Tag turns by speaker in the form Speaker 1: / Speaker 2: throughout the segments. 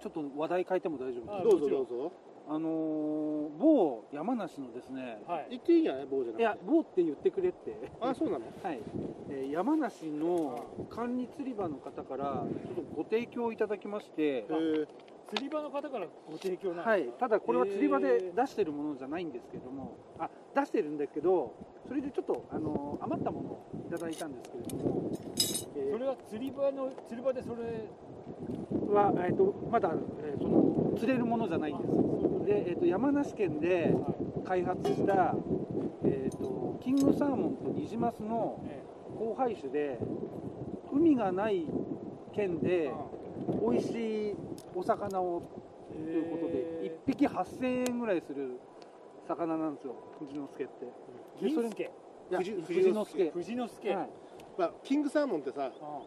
Speaker 1: ちょっと話題変えても大丈夫
Speaker 2: あ
Speaker 1: で
Speaker 2: ー
Speaker 1: すか
Speaker 2: どう
Speaker 3: ど
Speaker 2: ぞど
Speaker 3: うぞど
Speaker 2: う
Speaker 3: うぞ
Speaker 1: あのー某山梨のですね、
Speaker 2: はい
Speaker 3: 言っていいんじゃない棒じゃ
Speaker 1: い
Speaker 3: な
Speaker 1: や
Speaker 3: くて
Speaker 1: 某って言ってくれって
Speaker 3: あそうなの
Speaker 1: はい、えー山梨の管理釣り場の方からちょっとご提供いただきまして
Speaker 2: あ
Speaker 3: へえ
Speaker 2: 釣り場の方からご提供なんで
Speaker 1: はい、ただこれは釣り場で出してるものじゃないんですけども、あ出してるんだけどそれでちょっとあの余ったものをいただいたんですけれども、
Speaker 2: す
Speaker 1: え
Speaker 2: それは釣り場の釣り場でそれ
Speaker 1: ーは、えー、とまだ、えーその釣れるものじゃないんで
Speaker 2: あそういうこと
Speaker 1: すで、えー、と山梨県で
Speaker 2: はい
Speaker 1: 開発した、えー、とキングサーモンとニジマスの
Speaker 2: え
Speaker 1: 交配種で海がない県
Speaker 2: え
Speaker 1: で美味しいお魚を
Speaker 2: と
Speaker 1: ということで、1匹8000円ぐらいする魚なんですよ藤之助って。
Speaker 2: 銀
Speaker 1: それ
Speaker 2: 助
Speaker 1: いや
Speaker 3: 藤
Speaker 1: 藤
Speaker 3: 藤
Speaker 1: 之
Speaker 3: 之
Speaker 1: 助
Speaker 3: 助
Speaker 2: 藤之助
Speaker 1: はい
Speaker 3: まあキングサーモンってさ
Speaker 2: あ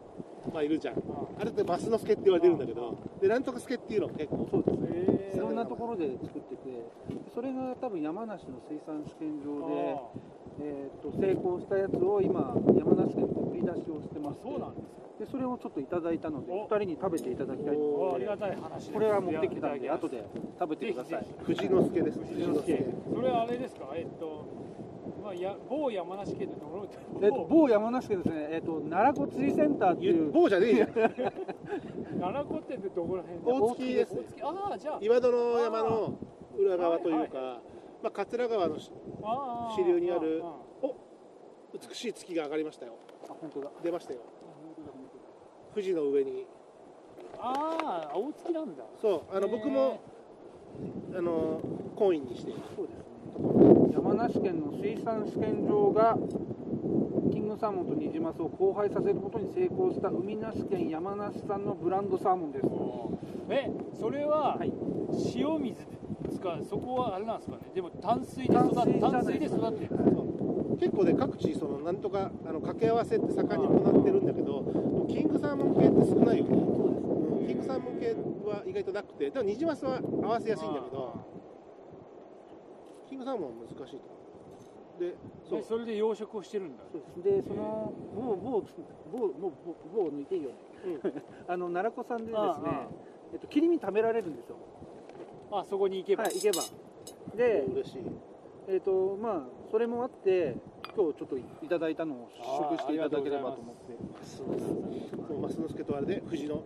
Speaker 3: まあいるじゃん
Speaker 2: ああ
Speaker 3: あれってマス之助って言われてるんだけどでなんとか助っていうの結構
Speaker 1: そうです
Speaker 2: あ
Speaker 1: ね
Speaker 2: へえ
Speaker 1: いろんなところで作っててそれが多分山梨の水産試験場で、えー、と成功したやつを今山梨県で売り出しをして
Speaker 2: ああ
Speaker 1: ます
Speaker 2: そうなんですよ
Speaker 1: でそれをちょっといただいたので
Speaker 2: お
Speaker 1: 2人に食べていただきたいと
Speaker 3: お
Speaker 2: あ
Speaker 3: ー
Speaker 2: あありがたい話です
Speaker 1: これは持ってきたん
Speaker 2: い
Speaker 1: で
Speaker 2: やいただきます
Speaker 1: 後で食べてください
Speaker 2: ぜ
Speaker 3: 藤之助です
Speaker 2: 藤之助それはあれですかえっとまあや某山梨県のところ
Speaker 1: えっと某山梨県ですね、えっと奈良湖釣りセンターって
Speaker 3: ゆ
Speaker 1: いう
Speaker 3: 棒じゃねえじゃん
Speaker 2: 七子ってどこら辺
Speaker 3: 大月です
Speaker 2: 大月ああじゃあ
Speaker 3: 岩戸の山の裏側というか、まあ、桂川のし
Speaker 2: ああ
Speaker 3: 支流にある
Speaker 2: ああ
Speaker 3: 美しい月が上がりましたよ
Speaker 1: あ本当だ
Speaker 3: 出ましたよ富士の上に
Speaker 2: ああ大月なんだ
Speaker 3: そうあの
Speaker 2: へー
Speaker 3: 僕もあのコインにして
Speaker 1: そうですね山梨県の水産試験場がキングサーモンとニジマスを交配させることに成功した海なし県山梨産のブランドサーモンです
Speaker 2: えそれは
Speaker 1: はい
Speaker 2: 塩水ですかそこはあれなんですかねでも淡水で
Speaker 1: 淡
Speaker 2: 育
Speaker 1: 水
Speaker 2: て
Speaker 1: じゃな
Speaker 2: 淡
Speaker 1: い
Speaker 2: 水で育ってる
Speaker 3: そう結構ね各地そのなんとかあの掛け合わせって盛んに行ってるんだけどキングサーモン系って少ないよね、
Speaker 1: そうです
Speaker 3: うんキングサーモン系は意外となくてでもニジマスは合わせやすいんだけどキングサーモンは難しいとで
Speaker 2: そ
Speaker 3: そうう
Speaker 2: それで養殖をしてるんだ
Speaker 1: そうですでその某某某某某某を抜いていいよね、あの奈良子さんでですね
Speaker 2: ああああ
Speaker 1: えっと、切り身食べられるんですよ
Speaker 2: あそこに行けば
Speaker 1: はい行けばで
Speaker 3: 嬉しい
Speaker 1: えっ、とまあそれもあって今日ちょっといただいたのを
Speaker 2: ああ
Speaker 1: 試食していただければと思って
Speaker 3: そうマス之助とあれで藤之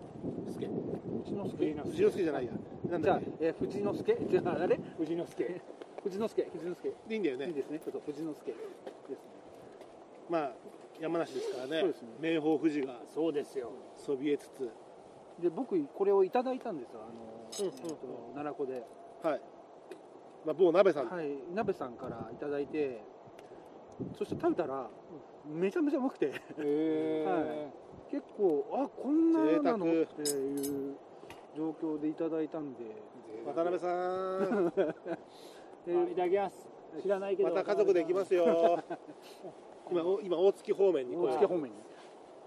Speaker 3: 助
Speaker 1: 藤之
Speaker 2: 藤
Speaker 1: 助
Speaker 2: 之
Speaker 3: 藤之助じゃないやなん
Speaker 1: じゃ
Speaker 3: だ
Speaker 1: あ
Speaker 3: っけ、
Speaker 1: えー、藤之助 じゃああれ
Speaker 2: 藤之助
Speaker 1: 藤之助藤之助
Speaker 3: でいいんだよ
Speaker 1: いい
Speaker 3: ね
Speaker 1: ですね。ちょっと藤之助ですね。
Speaker 3: まあ山梨ですからね
Speaker 1: そうですね
Speaker 3: 名峰富士が
Speaker 2: そうですよ
Speaker 3: そびえつつ
Speaker 1: で僕これをいただいたんですよ。あの、
Speaker 3: うんうんうん
Speaker 1: えっと奈良子で、
Speaker 3: はい、まあ、某鍋さん、
Speaker 1: はい、鍋さんからいただいて、そして食べたらめちゃめちゃうまくて、
Speaker 2: へ
Speaker 1: は結構あこんななのっ
Speaker 3: 贅
Speaker 1: ていう状況でいただいたんで、
Speaker 3: 渡辺さん
Speaker 1: で
Speaker 2: いただきます知らないけど
Speaker 3: また家族で行きます よ今お今大月方面にこう
Speaker 1: 大月方面に。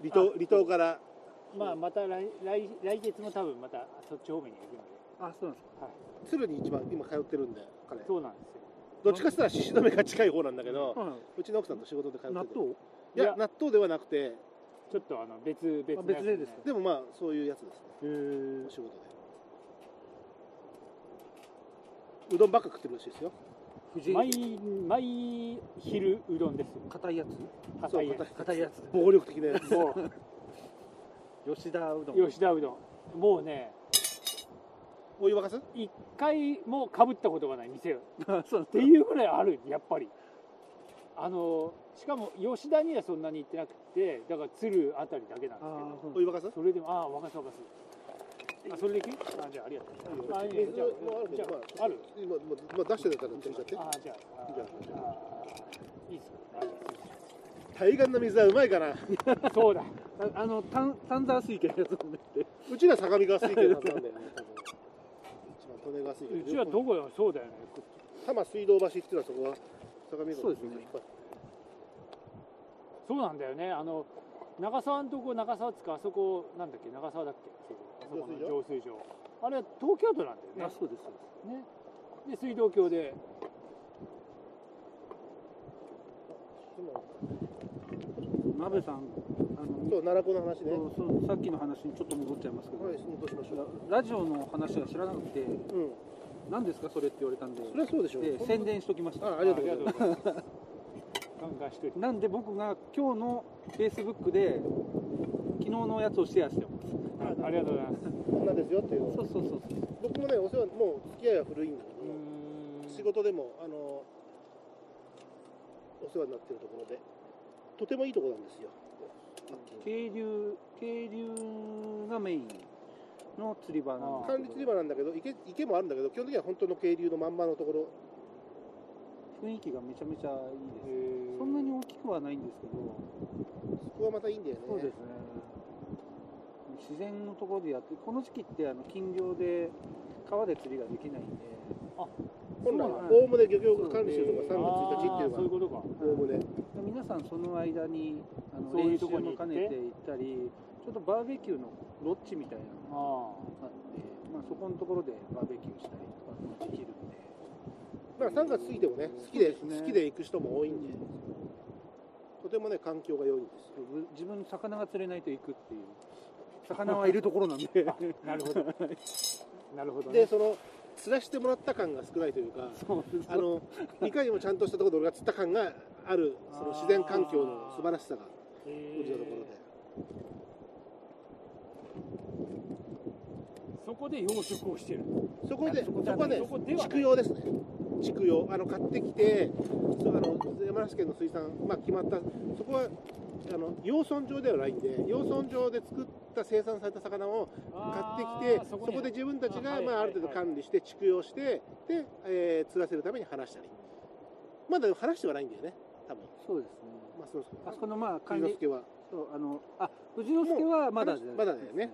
Speaker 3: 離島離島から
Speaker 2: まあまた来来来月も多分またそっち方面に行くので
Speaker 1: あ、そうなんですか。
Speaker 3: 鶴に一番今通ってるんで彼
Speaker 2: そうなんですよ
Speaker 3: どっちかって言ったら獅子止が近い方なんだけど
Speaker 1: は
Speaker 3: うちの奥さんと仕事で通って
Speaker 1: い、納
Speaker 3: て
Speaker 1: 豆？
Speaker 3: いや納豆ではなくて
Speaker 2: ちょっとあの別別
Speaker 1: あ
Speaker 2: のやつ
Speaker 1: 別でですか
Speaker 3: でもまあそういうやつですね
Speaker 1: へー
Speaker 3: お仕事でうどんばっか食ってるらしいですよ
Speaker 1: 藤井
Speaker 2: 毎毎昼うどんですよ
Speaker 1: 硬いや
Speaker 2: 硬いや
Speaker 3: そう
Speaker 1: つ。硬いやつ。
Speaker 3: 暴力的なやつ
Speaker 2: つもう
Speaker 1: 吉田うど ん。
Speaker 2: 吉田うどんもうね
Speaker 3: お湯沸かす
Speaker 2: 一回もかぶったことがない店っ
Speaker 1: そうなん
Speaker 2: て
Speaker 1: です
Speaker 2: いうぐらいあるやっぱりあのしかも吉田にはそんなに行ってなくてだから鶴あたりだけなん
Speaker 1: か。
Speaker 2: です
Speaker 1: あー、
Speaker 2: け
Speaker 3: お湯沸かす
Speaker 2: どそれでもああ若かすあそれでいけあじゃあありがとうあいいね
Speaker 3: 水
Speaker 2: じゃ
Speaker 3: もある
Speaker 2: あ
Speaker 3: け
Speaker 2: じゃ
Speaker 3: ど
Speaker 2: あ
Speaker 3: ま
Speaker 2: ある
Speaker 3: 今もう、まあ、出してたらついちゃって
Speaker 2: あじゃあ
Speaker 3: いいじゃんいいじゃん
Speaker 2: あいいっすかあじゃあすいません
Speaker 3: 対岸の水はうまいかな
Speaker 2: そうだ
Speaker 1: ああの炭炭酸水系のやつ飲んでて。
Speaker 3: うちら相模川水系のはずなんだよね多分一番利根川水系
Speaker 2: うちはどこよそうだよね
Speaker 3: 多摩水道橋っていうのはそこは相模川
Speaker 1: そうですね
Speaker 2: そうなんだよねあの長沢のとこ長沢っつうかあそこなんだっけ長沢だっけあそこあそこの浄水場あれは東京都なんだよ
Speaker 1: あ
Speaker 2: ね
Speaker 1: そうですそうで
Speaker 2: ねで水道橋で
Speaker 3: 今
Speaker 1: す。鍋さんあの
Speaker 3: そう、奈良湖の話ね。は
Speaker 1: そうそうさっきの話にちょっと戻っちゃいますけど、
Speaker 3: い、戻しましょう。
Speaker 1: ラジオの話は知らなくて、
Speaker 3: うん。
Speaker 1: 何ですか、それって言われたんで、
Speaker 3: それはそうでしょう。
Speaker 1: ええ宣伝しときました。
Speaker 3: あ、ありがとうございます。
Speaker 2: す。ガンガンしといて。
Speaker 1: なんで僕が今日の Facebook で、昨日のやつをシェアしてます。
Speaker 2: ありがとうございます。
Speaker 3: こんなんですよっていう。
Speaker 1: そうそうそうそう。
Speaker 3: 僕もね、お世話、もう付き合いは古いんだけ
Speaker 2: う
Speaker 3: ど、
Speaker 2: ーん
Speaker 3: 仕事でも、あの、お世話になってるところで、とてもいいとこなんですよ。
Speaker 1: 渓流、渓流がメインの釣り場なんですけど
Speaker 3: 管理釣り場なんだけど池、池もあるんだけど、基本的には本当の渓流のまんまのところ、
Speaker 1: 雰囲気がめちゃめちゃいいです。
Speaker 2: へー
Speaker 1: そんなに大きくはないんですけど、
Speaker 3: そこはまたいいんだよね。
Speaker 1: そうですね。自然のところでやって、この時期ってあの禁漁で川で釣りができないんで、
Speaker 3: 本来
Speaker 1: そうな
Speaker 3: は
Speaker 1: んだ
Speaker 3: おおむね漁協が管理してるのが3月1日っ
Speaker 2: あー
Speaker 3: ていうの
Speaker 2: そういう
Speaker 3: が、
Speaker 2: ことか。
Speaker 3: おおむね。
Speaker 1: 皆さんその間にあの
Speaker 2: そうい
Speaker 1: 練習
Speaker 2: うとこに
Speaker 1: も
Speaker 2: 行って
Speaker 1: 兼ねて行ったり、ちょっとバーベキューのロッジみたいなのがあ
Speaker 2: あ
Speaker 1: って、まあ、そこのところでバーベキューしたりとかもできるんで、
Speaker 3: まあ3月過ぎてもね、好きで、
Speaker 1: そうですね
Speaker 3: 好きで行く人も多いんで、とてもね、環境が良いんですよ。
Speaker 1: ぶ自分、魚が釣れないと行くっていう、魚はいるところなんで、
Speaker 2: あ、なるほど。 なるほどね。
Speaker 3: で、その、釣らしてもらった感が少ないというか、
Speaker 1: そうです
Speaker 3: あの、いかにもちゃんとしたところで俺が釣った感がある、その自然環境の素晴らしさが、
Speaker 2: へー
Speaker 3: 売りのところで。
Speaker 2: そこで養殖をしてる。
Speaker 3: そこで、
Speaker 1: そ
Speaker 3: そ
Speaker 1: こ
Speaker 3: こ
Speaker 1: じゃ
Speaker 3: は
Speaker 1: ない
Speaker 2: そ
Speaker 3: ね
Speaker 2: こで、はない
Speaker 3: 畜養ですね。畜養。あの、買ってきて、そうあの、山梨県の水産、まあ、決まった、そこは、あの、養豚場ではないんで、養豚場で作った生産された魚を買ってきて、そこで自分たち
Speaker 2: あ
Speaker 3: が、
Speaker 2: はい
Speaker 3: まあ、
Speaker 2: は
Speaker 3: あ
Speaker 2: い
Speaker 3: る程度管理して、畜養して、で、えー釣らせるために離したり。まだ離してはないんだよね、多分。
Speaker 1: そうですね。
Speaker 3: まあ、そう
Speaker 1: あそ
Speaker 3: そう。
Speaker 1: このまあ管
Speaker 3: 栗
Speaker 1: 理
Speaker 3: 之助は。
Speaker 1: そうあのあ藤之助はまだじゃない
Speaker 3: まだだよね。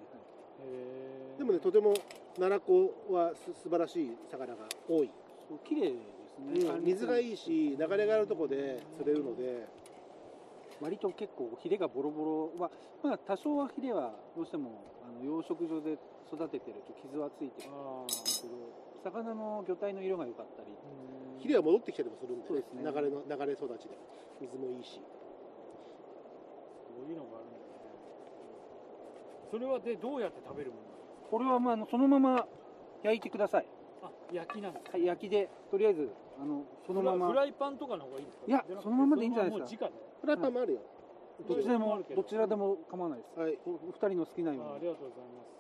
Speaker 2: へー
Speaker 3: でもね、とても奈良湖はす素晴らしい魚が多い。
Speaker 1: そう綺麗ですね。
Speaker 3: うん水が
Speaker 1: い。
Speaker 3: いいし、流れがあるとこで釣れるので、
Speaker 1: 割と結構ヒレがボロボロは、まあ多少はヒレはどうしてもあの養殖場で育ててると傷はついてくるんで
Speaker 2: あ
Speaker 1: すけど、魚の魚体の色が良かったり、
Speaker 2: ー
Speaker 3: ヒレは戻ってきたりもするんで,、
Speaker 1: そうですね
Speaker 3: 流れの流れ育ちで水もいいし
Speaker 2: そういうのがあるんだね。それはでどうやって食べるものなんです
Speaker 1: これはまああのそのまま焼いてください。
Speaker 2: か。あ、焼きなんですか。
Speaker 1: はい、焼きでとりあえずあのそのま
Speaker 2: フ
Speaker 1: ま
Speaker 2: ライパンとかの方がいいんですか。
Speaker 1: いや
Speaker 2: じくて
Speaker 1: そのままでいいんじゃないですか
Speaker 2: そのままも
Speaker 3: フライパンもあるよ、
Speaker 2: う
Speaker 1: ど
Speaker 2: 直
Speaker 1: っ
Speaker 2: で
Speaker 1: ちでも
Speaker 2: あるけ
Speaker 1: どちらでも構わないです。
Speaker 3: はい、
Speaker 1: おお二人の好きなよ
Speaker 2: ああ
Speaker 1: う
Speaker 2: り
Speaker 1: に。
Speaker 2: がとうございます。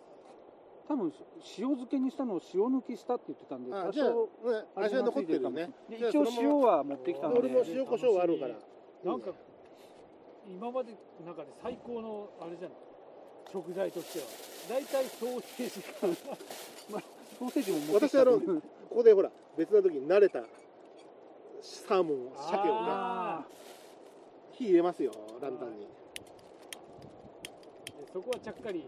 Speaker 1: 多分塩漬けにしたのを塩抜きしたって言ってたんで、
Speaker 3: あ
Speaker 1: 多
Speaker 3: じゃあ、ね
Speaker 1: 少、
Speaker 3: 味は残ってるよね
Speaker 1: で
Speaker 3: じゃあ
Speaker 1: 一応
Speaker 3: そのま
Speaker 1: 塩
Speaker 3: ま
Speaker 1: は持ってきたんで
Speaker 3: 俺も塩コショウがあるから
Speaker 2: なんか今までの中で最高のあれじゃない食材としては大体ソーセージか
Speaker 1: ソーセージも持ってきたと思う
Speaker 3: 私あここでほら別の時に慣れたサーモン鮭をね
Speaker 2: あ
Speaker 3: 火入れますよランタンに
Speaker 2: ーでそこはちゃっかり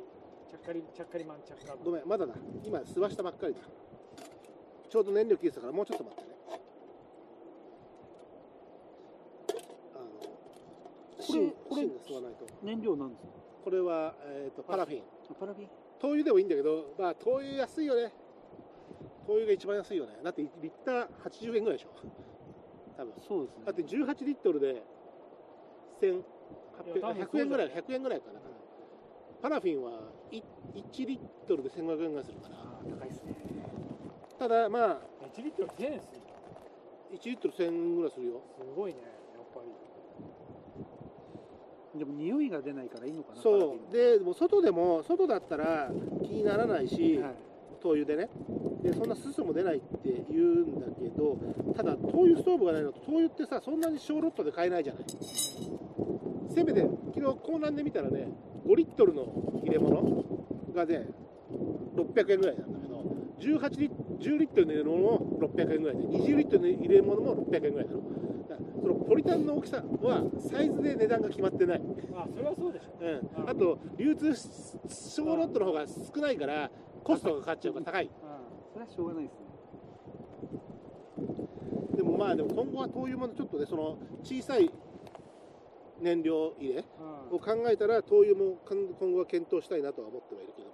Speaker 2: ちゃっかりちゃっかりマンちゃっか
Speaker 3: ご
Speaker 2: り
Speaker 3: めんまだだ今吸わしたばっかりだちょうど燃料切れてたからもうちょっと待ってねあの芯
Speaker 1: これ
Speaker 3: 芯が吸わないと
Speaker 1: 燃料なんですか
Speaker 3: これは、えー、とパラフィン
Speaker 1: あパラビン
Speaker 3: 灯油でもいいんだけど、まあ、灯油安いよね。灯油が一番安いよね。だってリッター80円ぐらいでしょ。多分。
Speaker 1: そうですね
Speaker 3: だって18リットルで1800
Speaker 2: いや多分
Speaker 3: 100円ぐら
Speaker 2: そ
Speaker 3: い、
Speaker 2: うだよ
Speaker 3: 100円ぐらいかな。パラフィンは 1, 1リットルで1500円ぐらいするから。
Speaker 1: あー高いですね
Speaker 3: ただ、まあ、
Speaker 2: 1リットル1000円する
Speaker 3: 1リットル1000円ぐらいするよ。
Speaker 2: すごいねやっぱり
Speaker 1: でも匂いが出ないからいいのかなパラビン
Speaker 3: そう。で、もう外でも、外だったら気にならないし、
Speaker 1: はい
Speaker 3: 灯油でねでそんなすすも出ないって言うんだけどただ灯油ストーブがないのと灯油ってさそんなに小ロットで買えないじゃないせめて昨日港南で見たらね5リットルの入れ物がね600円ぐらいなんだけど18リッ10リットルの入れ物も600円ぐらいで20リットルの入れ物も600円ぐらいなのだからそのポリタンの大きさはサイズで値段が決まってない
Speaker 2: まあそれはそうでしょ
Speaker 3: うん、あと流通し小ロットの方が少ないからコストがかかっちゃうから高い
Speaker 1: それはしょうがないですね
Speaker 3: でもまあでも今後は灯油もちょっとねその小さい燃料入れ
Speaker 2: うん、うん
Speaker 3: を考えたら灯油もかん今後は検討したいなとは思ってはいるけども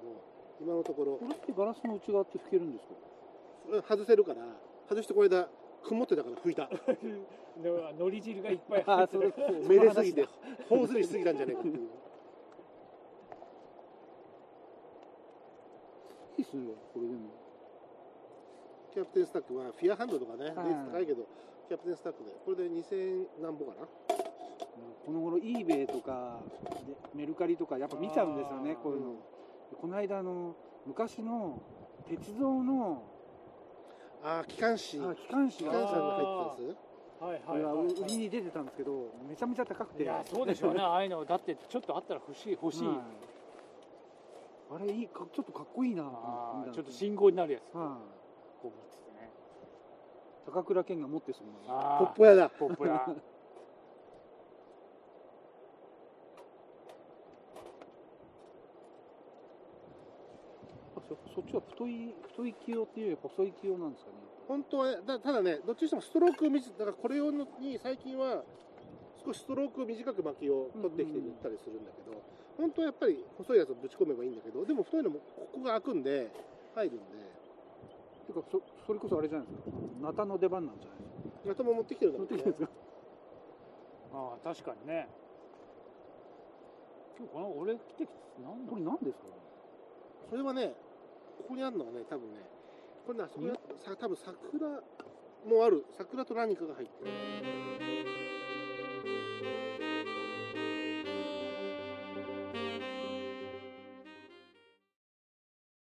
Speaker 3: 今のところ
Speaker 1: これってガラスの内側って吹けるんですか
Speaker 3: うん外せるから外してこの間曇ってたから拭いた
Speaker 2: では海苔汁がいっぱい入ってる
Speaker 1: そう
Speaker 3: めですぎてほんすりしすぎたんじゃないかっていう
Speaker 1: いいっすねこれでも
Speaker 3: キャプテンスタックはフィアハンドとかね、レ
Speaker 1: はい
Speaker 3: ース高いけど、キャプテンスタックで、これで2000何本かな。
Speaker 1: この頃 eBay とかでメルカリとかやっぱ見ちゃうんですよね
Speaker 2: あー
Speaker 1: こういうの、この間あの昔の鉄道の
Speaker 3: ああ、機関誌、機
Speaker 1: あ機関士
Speaker 3: 関
Speaker 1: が
Speaker 3: 車
Speaker 2: あ
Speaker 3: が入ってたや
Speaker 2: はい
Speaker 1: こ
Speaker 2: はい
Speaker 1: れ
Speaker 2: は
Speaker 1: はい
Speaker 2: はい
Speaker 1: 売りに出てたんですけどめちゃめちゃ高くて
Speaker 2: いやそうでしょうねああいうのだってちょっとあったら欲しい欲しい、
Speaker 1: はいあれいいかちょっとかっこいいなと思
Speaker 2: あ
Speaker 1: って
Speaker 2: あ
Speaker 1: 見
Speaker 2: ち
Speaker 1: た
Speaker 2: ょ
Speaker 1: ん
Speaker 2: っ
Speaker 1: で
Speaker 2: と
Speaker 1: すよ
Speaker 2: 信号になるやつ、
Speaker 1: は
Speaker 2: こう見ててね
Speaker 1: い高倉健が持ってそうな
Speaker 3: つ。
Speaker 2: あ あ
Speaker 3: ポップ屋だ。
Speaker 2: ポップや
Speaker 1: あそそっちは太い太い気用っていうより細い気用なんですかね
Speaker 3: 本当はね、だただね、どっちにしてもストロークを短くだからこれ用のに最近は、少しストロークを短く巻きを取ってきて塗ったりするんだけど、本当はやっぱり細いやつをぶち込めばいいんだけど、でも太いのもここが開くんで、入るんで、
Speaker 1: てかそそれこそあれじゃないですかナタの出番なんじゃないですか
Speaker 3: まも持ってきてるんだ
Speaker 1: 持
Speaker 3: も
Speaker 1: っ
Speaker 3: ん
Speaker 1: て
Speaker 3: ね
Speaker 1: きてるんですか
Speaker 2: ああ確かにね今日この俺来てきてなんだ
Speaker 1: これ何ですか
Speaker 3: これはね、ここにあるのはね、多分ね、これね、あそこにあさ多分桜もある、桜と何かが入ってる。